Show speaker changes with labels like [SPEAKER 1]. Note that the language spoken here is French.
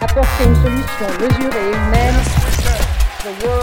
[SPEAKER 1] apporter une solution mesurée et humaine.